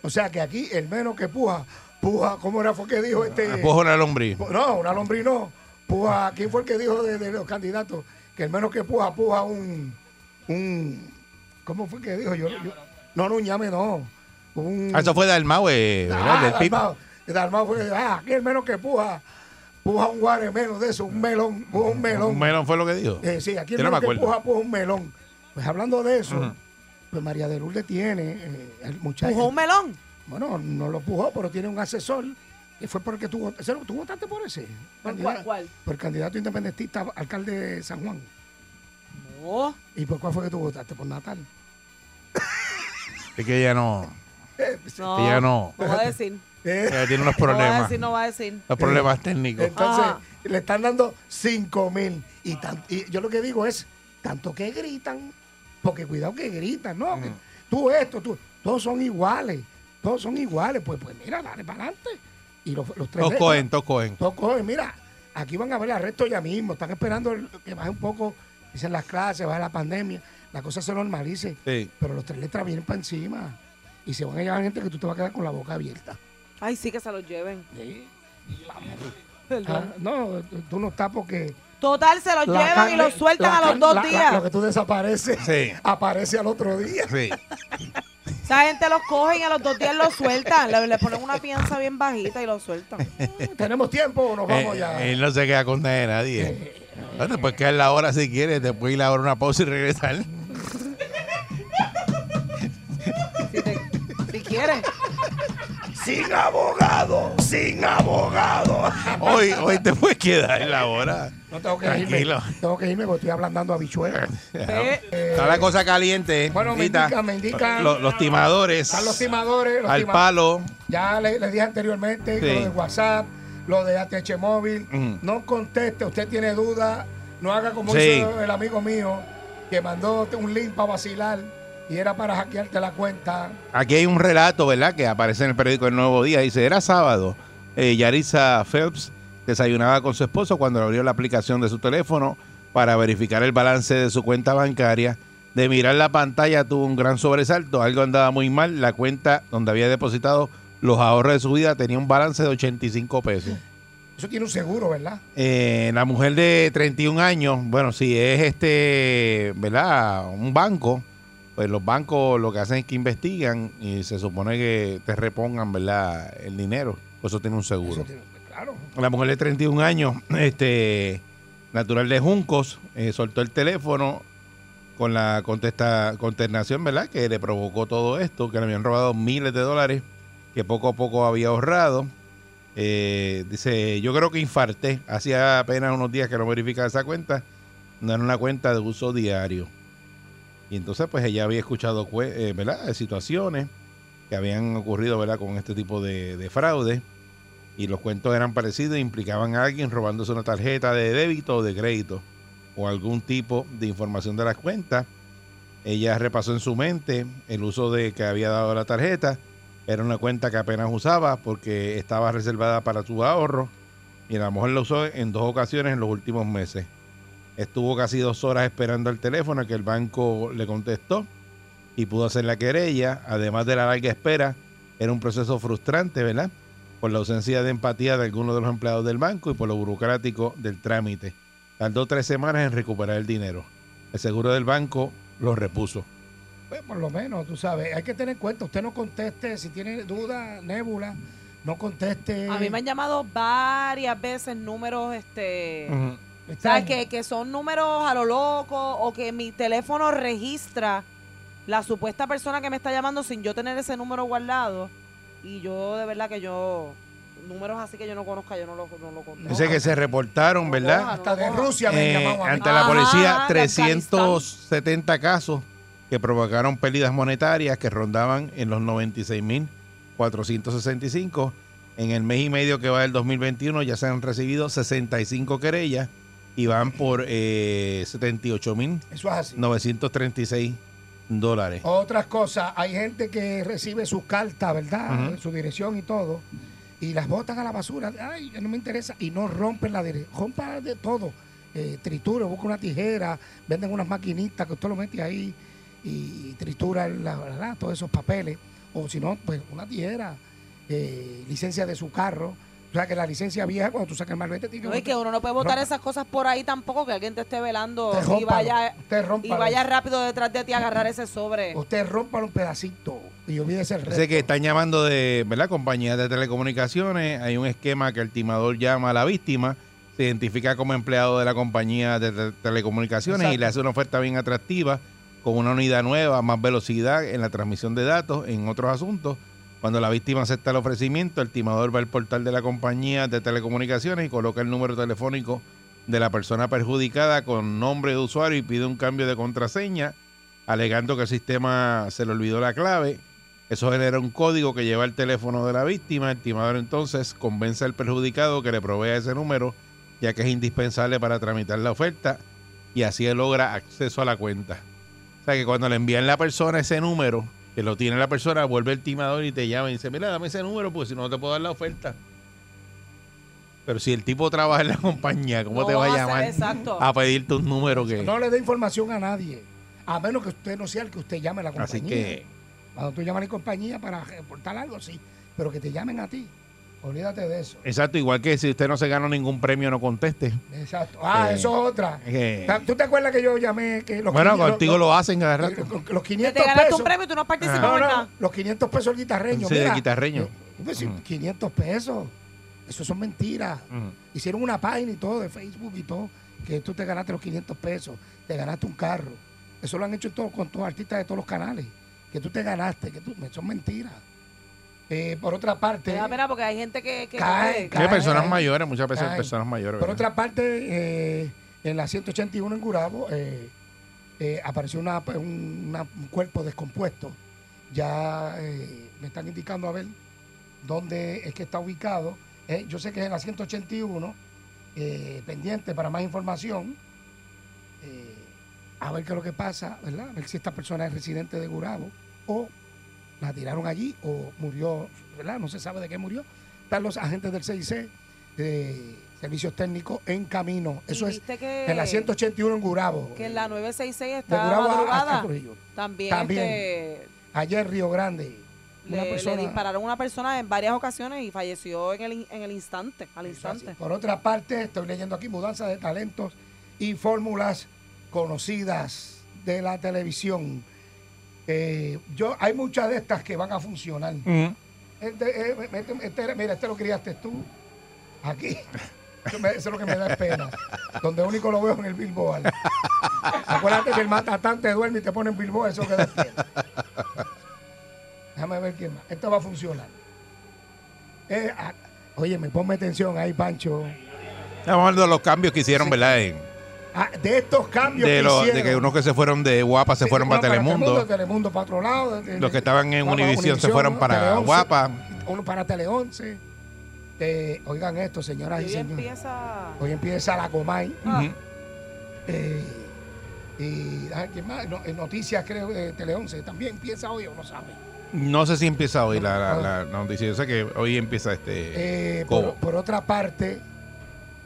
O sea que aquí el menos que puja, puja, ¿cómo era fue que dijo este?
Cojo la lombriz.
Pu- No, una lombriz no. Puja, ¿quién fue el que dijo de, de los candidatos? Que el menos que puja, puja un. un ¿Cómo fue que dijo? Yo, yo- no, no, un ñame no. Un, Ah,
Ah, eso fue Dalmau, eh, ¿verdad? Del Pipo.
Dalmao. Dalmao fue, ah, aquí el menos que puja, puja un guare menos de eso, un melón, puja un melón.
Un melón fue lo que dijo.
Eh, sí, aquí
Yo
el
no me
melón que
acuerdo.
empuja pues un melón. Pues hablando de eso,
Ujú.
pues María de Lourdes tiene eh, el muchacho.
Pujó un melón.
Bueno, no lo pujó, pero tiene un asesor. Y fue porque tú, vot- ¿Tú votaste por ese.
¿Por
candidato?
cuál? cuál?
Por el candidato independentista a alcalde de San Juan.
No.
¿Y por cuál fue que tú votaste? Por Natal.
Es que ella no,
No.
ella no,
No va a decir.
Eh,
ella tiene unos
No va a
problemas,
decir, no va a decir.
los problemas técnicos.
Entonces,
Ajá.
le están dando 5 mil. Y, tan- y yo lo que digo es, tanto que gritan, porque cuidado que gritan, ¿no? Que Tú esto, tú, todos son iguales, todos son iguales. Pues, pues mira, dale para adelante. Y los, los tres...
Todos cogen, todos cogen.
Todos cogen, mira, aquí van a ver arresto ya mismo, están esperando el- que baje un poco, dicen las clases, baje la pandemia, la cosa se normalice.
Sí.
Pero los tres letras vienen para encima y se van a llevar gente que tú te vas a quedar con la boca abierta.
Ay, sí, que se los lleven.
¿sí? Ah,
Perdón.
no, tú no estás porque...
Total, se los
La
llevan
carne-
y los sueltan
la
a los
carne-
dos
la- la-
días.
lo que tú desapareces,
Sí.
aparece al otro día.
Sí.
Esa gente los cogen y a los dos días los sueltan. Le, le ponen una fianza bien bajita y los sueltan.
¿Tenemos tiempo o nos vamos
Eh,
ya? Eh,
él no se queda con nada de nadie. Bueno, Después quedar la hora si quieres, después ir a la hora una pausa y regresar.
Si, te- si quieres.
Sin abogado, sin abogado.
Hoy, hoy te puedes quedar en la hora.
No tengo que
Tranquilo. Eh,
irme. Tengo que irme porque estoy ablandando a bichuelas.
Ah.
Ve,
Está la cosa caliente.
Bueno, me
Tita.
indican, me indican.
Lo- Los, timadores.
Están los timadores, los
al
tima-
palo.
Ya le, le dije anteriormente
Sí.
lo de WhatsApp, lo de ATH móvil.
Mm.
No conteste, usted tiene duda. No haga como
Sí.
hizo el amigo mío que mandó un link para vacilar y era para hackearte la cuenta.
Aquí hay un relato, ¿verdad? Que aparece en el periódico El Nuevo Día. Dice, era sábado. Eh, Yarisa Phelps desayunaba con su esposo cuando abrió la aplicación de su teléfono para verificar el balance de su cuenta bancaria. De mirar la pantalla tuvo un gran sobresalto. Algo andaba muy mal. La cuenta donde había depositado los ahorros de su vida tenía un balance de 85 pesos.
Eso tiene un seguro, ¿verdad?
Eh, la mujer de 31 años, bueno, si es este, ¿verdad? Un banco, pues los bancos lo que hacen es que investigan y se supone que te repongan, ¿verdad? El dinero. Pues eso tiene un
Eso
seguro.
tiene- claro.
La mujer de 31 años, este, natural de Juncos, eh, soltó el teléfono con la contesta, consternación, ¿verdad? Que le provocó todo esto, que le habían robado miles de dólares que poco a poco había ahorrado. Eh, dice, yo creo que infarté. Hacía apenas unos días que no verificaba esa cuenta. No era una cuenta de uso diario. Y entonces, pues ella había escuchado, cue- eh, ¿verdad?, de situaciones que habían ocurrido, ¿verdad?, con este tipo de, de fraude. Y los cuentos eran parecidos e implicaban a alguien robándose una tarjeta de débito o de crédito o algún tipo de información de las cuentas. Ella repasó en su mente el uso de que había dado la tarjeta. Era una cuenta que apenas usaba porque estaba reservada para sus ahorros y a lo mejor la usó en dos ocasiones en los últimos meses. Estuvo casi dos horas esperando el teléfono que el banco le contestó y pudo hacer la querella. Además de la larga espera, era un proceso frustrante, ¿verdad? Por la ausencia de empatía de algunos de los empleados del banco y por lo burocrático del trámite. Tardó tres semanas en recuperar el dinero. El seguro del banco lo repuso.
Pues por lo menos, tú sabes, hay que tener en cuenta, usted no conteste, si tiene duda, nébula, no conteste.
A mí me han llamado varias veces números, este...
Mm.
Está
¿Sabes? Que, que son números a lo loco o que mi teléfono registra la supuesta persona que me está llamando sin yo tener ese número guardado. Y yo, de verdad, que yo. Números así que yo no conozca, yo no lo, no lo conozco.
Dice que se reportaron, ¿verdad?
Hasta
Ah,
de Rusia me
Eh,
han llamado a mí.
ante la
Ajá,
policía,
de
370 casos que provocaron pérdidas monetarias que rondaban en los 96.465. En el mes y medio que va del 2021 ya se han recibido 65 querellas y van por eh, 78.936
Eso es así.
dólares.
Otras cosas, hay gente que recibe sus cartas, ¿verdad? Su dirección y todo, y las botan a la basura. Ay, no me interesa. Y no rompen la dirección. Rompan de todo. Eh, tritura, busca una tijera, venden unas maquinitas que usted lo mete ahí y tritura la, ¿verdad? todos esos papeles. O si no, pues una tijera, eh, licencia de su carro. O sea que la licencia vieja, cuando tú sacas el malvete, tiene que
No, y
botar-
que uno no puede botar
Rompa.
esas cosas por ahí tampoco, que alguien te esté velando
Usted
y
rómpalo,
vaya,
usted
y
rómpalo.
vaya rápido detrás de ti a agarrar ese sobre.
Usted rompa un pedacito y olvídese el resto.
Dice que están llamando de, ¿verdad? Compañías de telecomunicaciones. Hay un esquema que el timador llama a la víctima, se identifica como empleado de la compañía de te- telecomunicaciones y
Exacto.
le hace una oferta bien atractiva con una unidad nueva, más velocidad en la transmisión de datos, en otros asuntos. Cuando la víctima acepta el ofrecimiento, el timador va al portal de la compañía de telecomunicaciones y coloca el número telefónico de la persona perjudicada con nombre de usuario y pide un cambio de contraseña, alegando que el sistema se le olvidó la clave. Eso genera un código que lleva el teléfono de la víctima. El timador entonces convence al perjudicado que le provea ese número, ya que es indispensable para tramitar la oferta y así él logra acceso a la cuenta. O sea que cuando le envían la persona ese número, que lo tiene la persona, vuelve el timador y te llama y dice, mira, dame ese número, pues si no no te puedo dar la oferta. Pero si el tipo trabaja en la compañía, ¿cómo
No
te va a
vas a
llamar
hacer- exacto.
a pedirte un número que...
No le dé información a nadie. A menos que usted no sea el que usted llame a la compañía.
Así que...
Cuando tú llamas a la compañía para reportar algo, sí. Pero que te llamen a ti. Olvídate de eso.
Exacto, igual que si usted no se ganó ningún premio, no conteste.
Exacto. Ah,
Eh,
eso es otra.
eh.
¿Tú te acuerdas que yo llamé que los
Bueno,
quini- los-
contigo lo hacen cada
los,
rato.
los- los
Que te
500
ganaste
pesos.
un premio y tú no participas
No,
en
no,
nada.
los 500 pesos del guitarreño.
Sí, del
mira.
guitarreño.
Eh, pues,
Mm.
500 pesos. Eso son mentiras.
Mm.
Hicieron una página y todo de Facebook y todo, que tú te ganaste los 500 pesos, te ganaste un carro. Eso lo han hecho todos con todos los artistas de todos los canales, que tú te ganaste, que tú, son mentiras. Eh, por otra parte,
Te da pena porque hay gente que. que-
Cae,
que-
Hay
cae.
personas
caen,
mayores, muchas veces
caen.
personas mayores.
por
¿verdad?
otra parte, eh, en la 181 en Gurabo eh, eh, apareció una- un, una- un cuerpo descompuesto. Ya eh, me están indicando a ver dónde es que está ubicado. Eh, yo sé que es en la 181, eh, pendiente para más información. eh, a ver qué es lo que pasa, ¿verdad? A ver si esta persona es residente de Gurabo o la tiraron allí o murió, ¿verdad? No se sabe de qué murió. Están los agentes del CIC, eh, servicios técnicos en camino.
y
Eso es
viste que,
en la 181 en Gurabo.
que en la 966
de
está
Gurabo a- hasta
madrugada.
Trujillo.
También,
También.
este,
Allá en Río Grande. Una
le, le
persona.
dispararon a una persona en varias ocasiones y falleció en el, in- en el instante, al
Eso así.
instante.
Por otra parte, estoy leyendo aquí mudanza de talentos y fórmulas conocidas de la televisión. Eh, yo, hay muchas de estas que van a funcionar. Este, eh, este- este- mira, este lo criaste tú. Aquí. Eso, me- eso es lo que me da pena. Donde único lo veo en el Billboard. Acuérdate que el matatán te duerme y te pone en Billboard. Eso que da pena. Déjame ver quién más. Esto va a funcionar. Eh, a- Oye, me ponme atención ahí, Pancho.
Estamos hablando de los cambios que hicieron, ¿verdad? En-
Ah, de estos cambios
de,
que
los- de
hicieron.
que unos que se fueron de Guapa se
Sí,
fueron para, Telemundo.
Telemundo, Telemundo para otro lado. de- de-
Los que estaban en
Guapa,
Univisión se fueron
¿no?
para
Tele 11,
Guapa.
Uno para Tele 11. Eh, oigan esto, señoras
Y
y
hoy
señores.
empieza.
Hoy empieza la Comay.
Ah,
Ujú.
Eh, y ah, ¿quién más? No, eh, noticias, creo, de Tele 11. También empieza hoy o no sabe.
No sé si empieza hoy la, la- la noticia. Yo sé que hoy empieza este.
Ah. Eh,
Cobo.
por, por otra parte,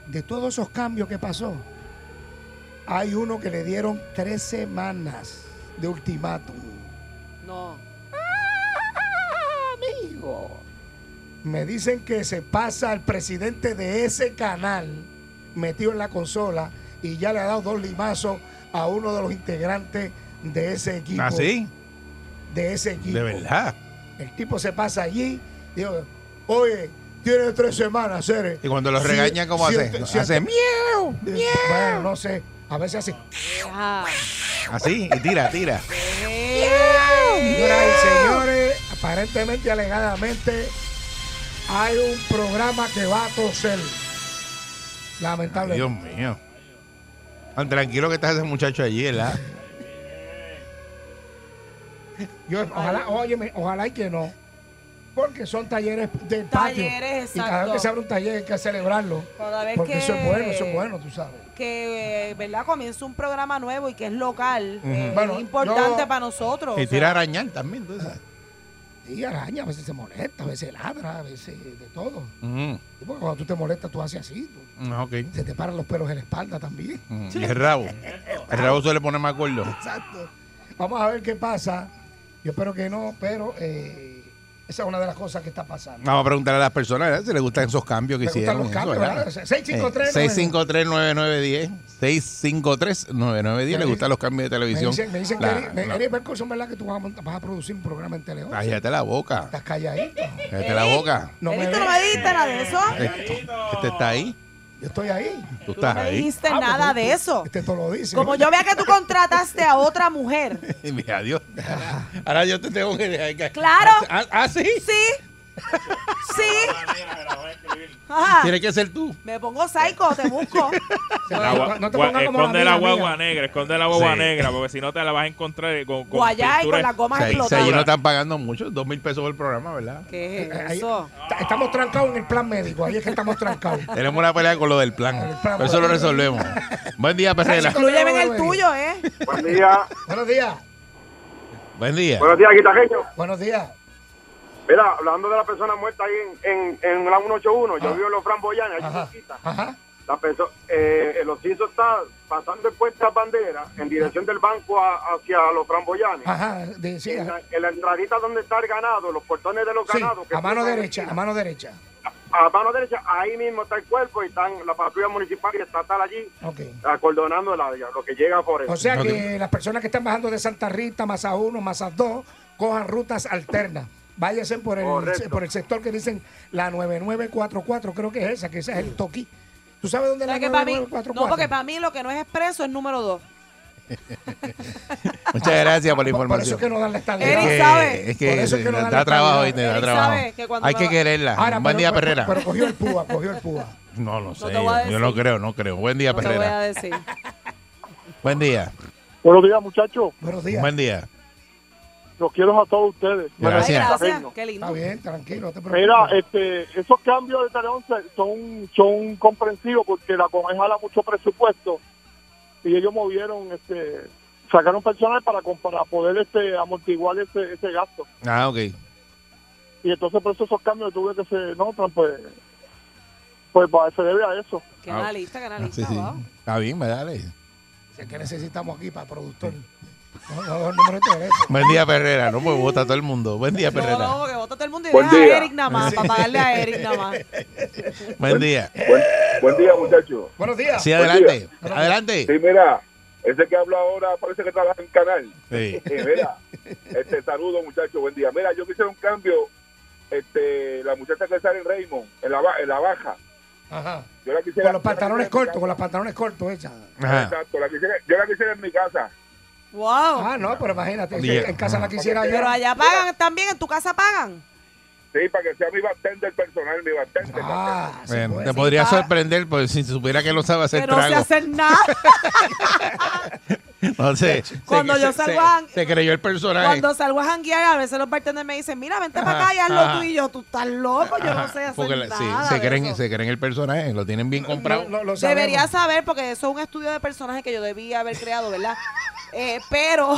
de todos esos cambios que pasó, hay uno que le dieron tres semanas de ultimátum.
No.
Amigo, me dicen que se pasa al presidente de ese canal metido en la consola y ya le ha dado dos limazos a uno de los integrantes de ese equipo.
¿Ah, sí?
De ese equipo.
De verdad.
El tipo se pasa allí, digo, oye, tiene tres semanas, Cere.
Y cuando los regaña, ¿cómo
si-
hace?
si-
hace miau,
Eh, Bueno, no sé. A veces así.
Deja.
Así, y tira, tira.
Señoras y señores, aparentemente, alegadamente, hay un programa que va a toser.
Dios
Lamentablemente.
mío. Tan tranquilo que está ese muchacho allí, ¿verdad?
Yo, ojalá, óyeme, ojalá y que no. Porque son talleres del patio.
Talleres,
Y cada vez que
exacto.
se abre un taller hay que celebrarlo.
Cada vez
Porque
que-
eso es bueno, eso es bueno, tú sabes.
Que, eh, ¿verdad? Comienza un programa nuevo y que es local. eh,
Bueno,
es importante
yo-
para
oh,
nosotros. o
Y
sea,
tira arañal también, tú sabes.
Y araña, a veces se molesta, a veces ladra, a veces de todo.
Ujú.
Y porque cuando tú te molestas, tú haces así. tú-
Ah, ok.
se te paran los pelos en la espalda también.
Ujú. Y el rabo. El rabo suele poner más gordo.
Exacto. Vamos a ver qué pasa. Yo espero que no, pero eh, esa es una de las cosas que está pasando.
Vamos a preguntar a las personas ¿verdad? si les gustan esos cambios que
Me gustan
hicieron.
los
eso,
cambios,
¿verdad?
¿verdad? O sea, 653-9910.
Eh, 653-9910. 653-9910. ¿Les gustan los cambios de
Me
televisión?
dicen, me dicen
La-
que Eric- me-
la-
Eric Bercoso, ¿verdad que tú vas a, monta- vas a producir un programa en Teleón?
Cállate la boca.
Estás calladito.
Cállate la boca.
No me
Eric,
ve.
¿tú no me dijiste nada de eso?
Este, este está ahí.
Yo estoy ahí.
Tú
Tú no
estás
me
ahí.
dijiste
Ah, pues,
nada
este-
de eso.
Este todo lo dice.
Como yo vea que tú contrataste a otra mujer.
Y Mira, Dios. Ahora, ahora yo te tengo que dejar. que-
Claro.
Ah, ah, sí.
Sí. Sí. Ajá.
Tienes que ser tú.
Me pongo psycho, te busco.
Se-
La gua-
no te
gua-
pongas como la
esconde la
amiga
guagua
mía.
negra, esconde la guagua
Sí.
negra, porque si no te la vas a encontrar con, con
Guayá y
pintura.
con las gomas
Se, se
explotadas.
allí no están pagando mucho. Dos mil pesos por el programa, ¿verdad?
¿Qué
Eh,
es
ahí-
eso?
ta- Estamos trancados en el plan médico. Ahí es que estamos trancados.
Tenemos una pelea con lo del
El
plan.
plan.
Pero eso lo resolvemos. Buen día, Perrera.
Incluyeme en el tuyo, ¿eh?
Buen día.
Buenos días.
Buen día.
Buenos días, guitarreño.
Buenos días.
Mira, hablando de la persona muerta ahí en, en, en la 181, yo vivo en los framboyanes, ahí
Ajá.
chiquita.
Ajá.
La perso- Ah, eh, eh, los cinzos están pasando el puente de las banderas en dirección del banco a- hacia los framboyanes.
Ajá. Decía.
En la, en la entradita donde está el ganado, los portones de los
Sí,
ganados. que
a mano
cruzan la
derecha, a
esquina.
mano derecha.
A mano derecha, ahí mismo está el cuerpo y están la patrulla municipal y estatal allí
Ok.
acordonando el área, lo que llega por eso.
O sea
Ok.
que las personas que están bajando de Santa Rita, Masa 1, Masa 2, cojan rutas alternas. Váyanse por el,
Correcto.
por el sector que dicen la 9944, creo que es esa, que esa es el toquí. ¿Tú sabes dónde
O
es la
sea, que para mí, no, porque
9944?
para mí lo que no es expreso es número dos.
Muchas gracias por la
Por- Por eso
información.
es que no dan la
Es
Eric
que-
estadía.
sabe.
Es que,
Por eso es que no
da,
dan la
trabajo,
estabilidad.
Inés, da
Eric
trabajo.
sabe que cuando
Hay
me
que
va-
quererla.
Ahora,
Buen día,
pero-
Perrera.
Pero cogió el púa, cogió el púa.
no lo sé.
te voy a
yo, yo
decir.
no creo, no creo. Buen día,
No te voy a
Perrera.
decir.
Buen día.
Buenos días, muchachos.
Buenos días.
Buen día.
Los quiero a todos ustedes.
Ay,
Gracias.
gracias. Qué
Está
lindo.
bien, tranquilo, no te preocupes.
Mira, este, esos cambios de Tele 11 son, son comprensivos porque la Comay jala mucho presupuesto y ellos movieron, este, sacaron personal para, com- para poder este, amortiguar ese, ese gasto.
Ah, ok.
Y entonces por eso esos cambios tuve que se notan, pues, pues va, se debe a eso.
Qué
Ah.
analista, qué analista.
Sí, sí.
wow.
Está bien, me dale.
eh,
Sé que necesitamos aquí para productor. No, no, el número de teléfono.
Buen día, Perrera. No me vota todo el mundo. Buen día,
No, no,
Perrera.
porque vota todo el mundo y
Buen
deja a
día.
Eric nada más, para pagarle a Eric nada más.
Buen día.
Buen, día, muchachos.
Buenos días.
Sí, adelante. Adelante.
mira, ese que habla ahora parece que está en canal.
Sí.
Eh, mira, este saludo muchachos, buen día. Mira, yo quisiera un cambio, este, la muchacha que sale en Raymond, en la, ba- en la baja,
Ajá.
yo la quisiera.
Con los pantalones
yo la
cortos,
quisiera
con los pantalones cortos, hecha.
en mi casa.
Ajá.
Exacto, la quisiera, yo la quisiera en mi casa.
Wow.
Ah, no, pero imagínate,
Bien.
en casa la quisiera yo.
Pero allá pagan también, en tu casa pagan.
Sí, para que sea mi bartender personal, mi bartender.
Ah,
Bueno, te podría sorprender pues, si supiera que lo sabe hacer trago.
hacer nada.
No sé.
Cuando
se,
yo
se-
salgo a-
se creyó el personaje.
Cuando salgo a janguear, a veces los bartenders me dicen, mira, vente para acá y hazlo
Ajá.
tú y yo, tú estás loco, yo no sé hacer
Porque la-
nada.
sí,
de
se, creen,
eso".
se creen el personaje, lo tienen bien comprado.
Debería saber, porque eso es un estudio de personaje que yo debía haber creado, ¿verdad? Eh, pero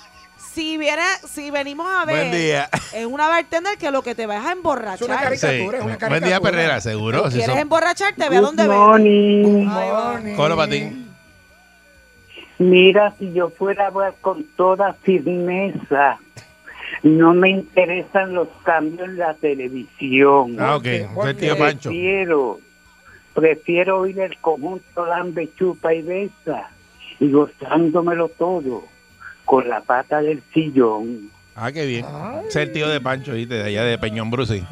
si viene, si venimos a ver,
Buen día.
es una bartender que lo que te va es a emborrachar.
Es una caricatura, es una caricatura. Buen día, Perrera, seguro.
Si
Si
quieres
son-
emborracharte, ve a dónde ven.
Colo para ti.
Mira, si yo fuera a hablar con toda firmeza, no me interesan los cambios en la televisión.
Ah, ok. Entonces, tío Pancho.
Prefiero, prefiero oír el conjunto Lambe, Chupa y Besa y gozándomelo todo con la pata del sillón.
Ah, qué bien. Es el tío de Pancho, ¿viste? De allá de Peñón Bruce.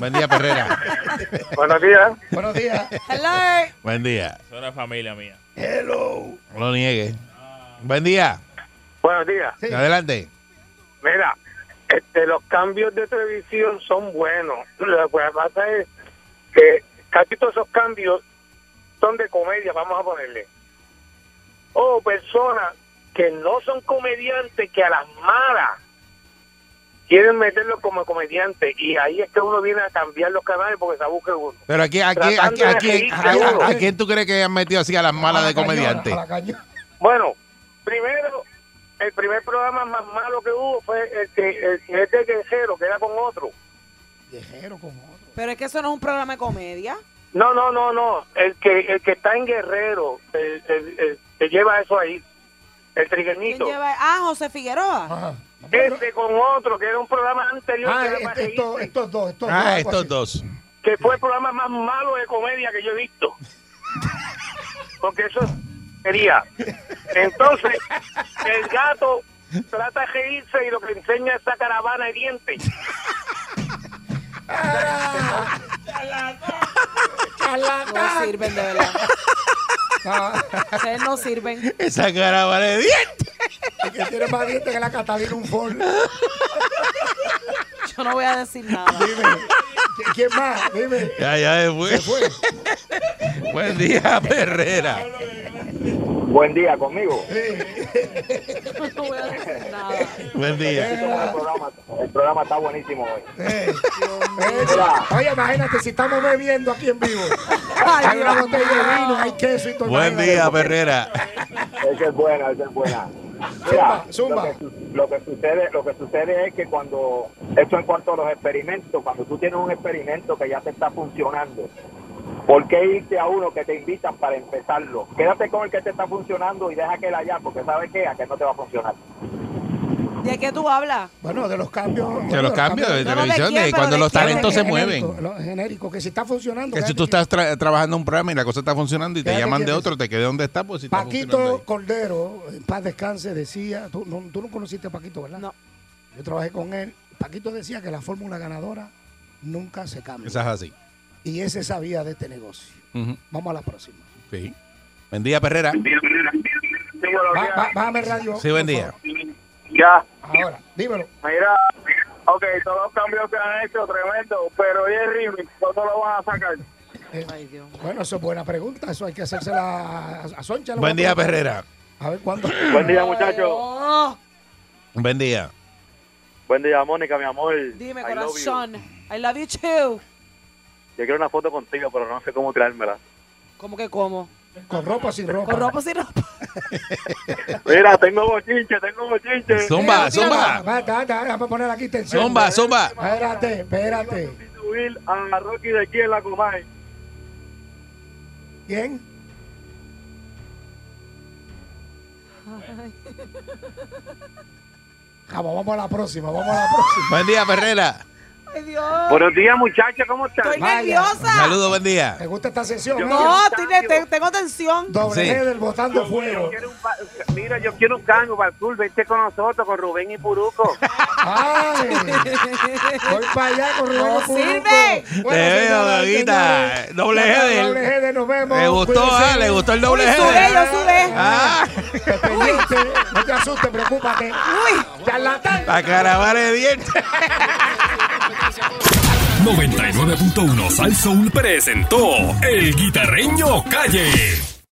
Buen día, Perrera.
Buenos días.
Buenos días.
Hello.
Buen día.
Son la familia mía.
Hello.
No lo niegue. Buen día.
Buenos días.
Adelante.
Mira, este, los cambios de televisión son buenos. Lo que pasa es que casi todos esos cambios son de comedia, vamos a ponerle. O personas que no son comediantes, que a las malas quieren meterlos como comediantes. Y ahí es que uno viene a cambiar los canales porque se busca uno.
Pero aquí, aquí, aquí,
Tratando de
aquí,
reírse
a- a-
uno.
¿a quién tú crees que hayan metido así a las malas
Ah,
de comediante?
Bueno, primero, el primer programa más malo que hubo fue el que el, que es de Guerrero, que era con otro.
Pero es que eso no es un programa de comedia.
No, no, no, no. El que el que está en Guerrero, el, el- el que lleva eso ahí,
¿Quién
el trigueñito.
lleva? Ah, José Figueroa.
Este con otro, que era un programa anterior
Ah,
que, era más
estos, estos dos, estos dos.
Ah,
algo
estos
así.
dos.
reír, que fue el programa más malo de comedia que yo he visto. Porque eso es quería. Entonces, el gato trata de reírse y lo que enseña es esa caravana de dientes.
No sirven, de verdad. Ustedes no sirven.
Esa cara vale 10.
El que tiene más dientes que la Catalina un Ford.
Yo no voy a decir nada.
Dime. ¿qui- ¿Quién más? Dime.
Ya, ya después. Buen día, Perrera.
Buen día conmigo.
Yo no voy a decir nada.
Buen día.
El programa, el programa está buenísimo hoy.
Eh, eh, Oye, imagínate si estamos bebiendo aquí en vivo. Hay una botella de vino, hay queso y todo.
Buen día, Perrera.
Esa es buena, esa es buena.
Zumba, zumba.
Lo, que, su- lo que sucede, lo que sucede es que cuando, esto en cuanto a los experimentos, cuando tú tienes un experimento que ya te está funcionando, ¿por qué irte a uno que te invitan para empezarlo? Quédate con el que te está funcionando y deja aquel allá, porque sabes que aquel no te va a funcionar.
¿De qué tú hablas?
Bueno, de los cambios. bueno,
los cambios
No, no,
de
¿de
televisión,
quién?
de
Pero
cuando
¿de
los
quién?
talentos se
¿De qué?
mueven.
Lo genérico, que si está funcionando.
Que si tú
quédate
estás tra- trabajando en un programa y la cosa está funcionando y te
Quédate
llaman de
quieto.
otro, te quedes donde estás, pues si está funcionando ahí.
Paquito Cordero, en paz descanse, decía, tú no, tú no conociste a Paquito, ¿verdad?
No.
Yo trabajé con él. Paquito decía que la fórmula ganadora nunca se cambia.
Esa es así.
Y ese sabía de este negocio.
Ujú,
Vamos a la próxima.
Sí. Buen día, Perrera.
Ba- ba- Bájame el radio.
Sí, buen
por
día.
Ya,
favor. Ahora, dímelo.
mira, ok, todos los cambios que han hecho, tremendo, pero Jerry, ¿cuándo lo van a sacar?
Ay, Dios.
Bueno, eso es buena pregunta. Eso hay que hacérsela a, a Soncha.
Buen día, Perrera.
A ver cuándo.
Buen día, muchachos.
Oh,
Buen día.
Buen día, Mónica, mi amor.
dime,
I love you.
corazón. I love you too.
Yo quiero una foto contigo, pero no sé cómo tirármela.
¿Cómo que cómo?
Con ropa o sin ropa.
Con ropa o sin ropa.
Mira, tengo bochinche, tengo bochinche.
Zumba,
Tíralo,
zumba.
Va, da, da, Déjame poner aquí tensión.
Zumba, zumba.
Espérate, espérate.
Sustituir a Rocky de aquí en la Comay.
¿Quién? Ah, Vamos, vamos a la próxima, vamos a la próxima.
Buen día, Perrera.
Ay, Dios.
Buenos días, muchachos, ¿cómo
Estoy
están?
Vaya.
nerviosa.
Saludos, buen día.
¿Te gusta esta sesión?
No,
eh?
estoy ne- te- tengo tensión.
Doble
Sí.
G del botando fuego.
Mira, yo quiero un cambio para el sur. Vente con nosotros, con Rubén y Puruco.
¡Ay! Voy para allá con Rubén
No
Oculto.
sirve.
Te veo,
señoras y
Doguita.
señores,
Eh, Doble
la
G del-
Doble G de nos vemos.
Le gustó,
Cuídense.
ah, le gustó el doble
Uy, sube,
G.
yo sube.
Ah,
Esté pendiente. No te asustes, preocúpate.
Uy.
Charlatán.
la caravana de dientes.
99.1 Sal Soul presentó El Guitarreño Calle.